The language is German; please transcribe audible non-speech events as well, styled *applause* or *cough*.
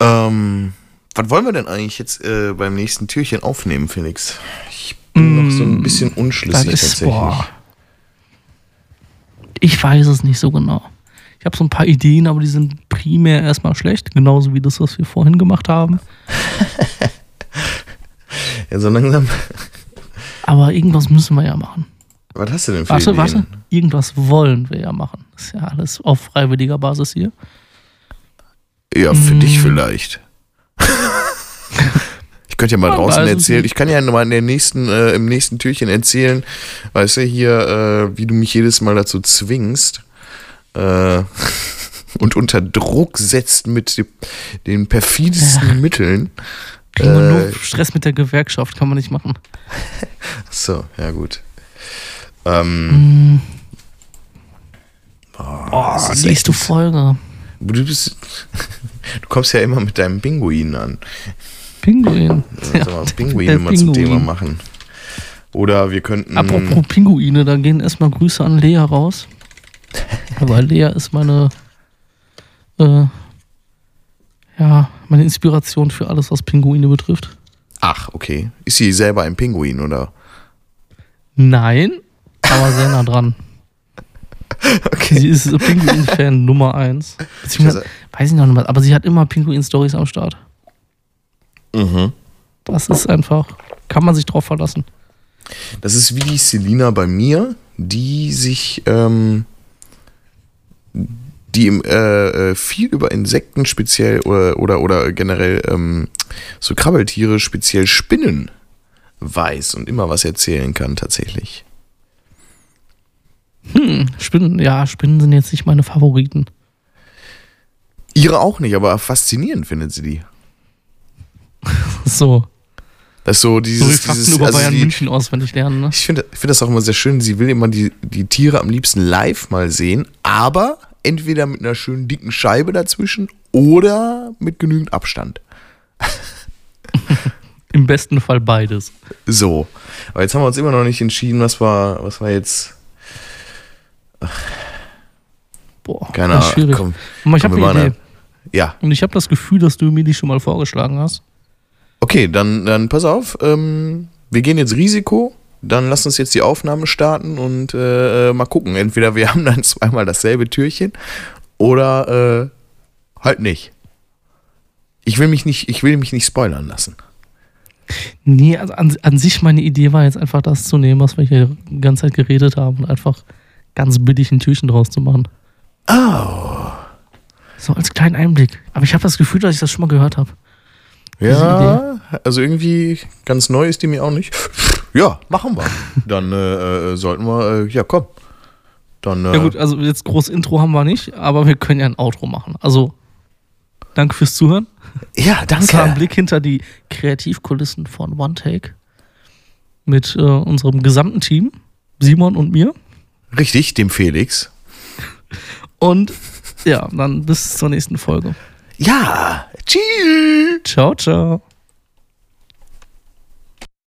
Ähm, was wollen wir denn eigentlich jetzt äh, beim nächsten Türchen aufnehmen, Felix? Ich bin noch so ein bisschen unschlüssig Mm. Das ist, tatsächlich. boah. Ich weiß es nicht so genau. Ich habe so ein paar Ideen, aber die sind primär erstmal schlecht. Genauso wie das, was wir vorhin gemacht haben. Ja, so langsam. Aber irgendwas müssen wir ja machen. Was hast du denn für Warte, Ideen? warte. Irgendwas wollen wir ja machen. Ist ja alles auf freiwilliger Basis hier. Ja, für Mm. dich vielleicht. ich könnte ja mal Man draußen weiß es erzählen. nicht. Ich kann ja mal in der nächsten, äh, im nächsten Türchen erzählen, weißt du, hier, äh, wie du mich jedes Mal dazu zwingst äh, *laughs* und unter Druck setzt mit de- den perfidesten Mitteln. Kriegen wir Äh, nur Stress mit der Gewerkschaft, kann man nicht machen. So, ja gut. Ähm, Oh, das ist nächste echt- Folge. du, bist, *laughs* du kommst ja immer mit deinem Pinguin an. Pinguin. Sollen wir mal Pinguine der mal zum Thema Pinguin. machen? Oder wir könnten... Apropos Pinguine, da gehen erstmal Grüße an *laughs* Lea raus. Weil Lea ist meine, äh, ja, meine Inspiration für alles, was Pinguine betrifft. Ach, okay. Ist sie selber ein Pinguin, oder? Nein, aber sehr *laughs* nah dran. Sie ist *laughs* Pinguin-Fan Nummer eins. Beziehungsweise, weiß ich noch nicht mal, aber sie hat immer Pinguin-Stories am Start. Mhm. Das ist einfach, kann man sich drauf verlassen. Das ist wie die Selina bei mir, die sich, ähm, die im, äh, äh, viel über Insekten speziell oder, oder, oder generell ähm, so Krabbeltiere, speziell Spinnen weiß und immer was erzählen kann tatsächlich. Spinnen, ja, Spinnen sind jetzt nicht meine Favoriten. Ihre auch nicht, aber faszinierend findet sie die. So. So, Das ist so so wie dieses, Fakten dieses über also Bayern die, München auswendig lernen, ne? Ich finde ich finde das auch immer sehr schön. Sie will immer die, die Tiere am liebsten live mal sehen, aber entweder mit einer schönen dicken Scheibe dazwischen oder mit genügend Abstand. Im besten Fall beides. So. Aber jetzt haben wir uns immer noch nicht entschieden, was wir, was wir jetzt. Boah, Keine das ist Ahnung. schwierig. Komm, Aber ich komm, habe wir eine machen Idee. Ja. Und ich habe das Gefühl, dass du mir die schon mal vorgeschlagen hast. Okay, dann, dann pass auf. Ähm, wir gehen jetzt Risiko. Dann lass uns jetzt die Aufnahme starten und äh, mal gucken. Entweder wir *laughs* haben dann zweimal dasselbe Türchen oder äh, halt nicht. Ich will mich nicht, ich will mich nicht spoilern lassen. Nee, also an, an sich meine Idee war jetzt einfach das zu nehmen, was wir hier die ganze Zeit geredet haben und einfach ganz billig ein Türchen draus zu machen. Ah, Oh. So als kleinen Einblick. Aber ich habe das Gefühl, dass ich das schon mal gehört habe. Ja, also irgendwie ganz neu ist die mir auch nicht. Ja, machen wir. Dann äh, äh, sollten wir, äh, ja komm. Dann, äh, Ja gut, also jetzt groß Intro haben wir nicht, aber wir können ja ein Outro machen. Also, danke fürs Zuhören. ja, Das war ein danke. Blick hinter die Kreativkulissen von One Take mit äh, unserem gesamten Team, Simon und mir. Richtig, dem Felix. Und ja, dann bis zur nächsten Folge. Ja, tschüss. Ciao, ciao.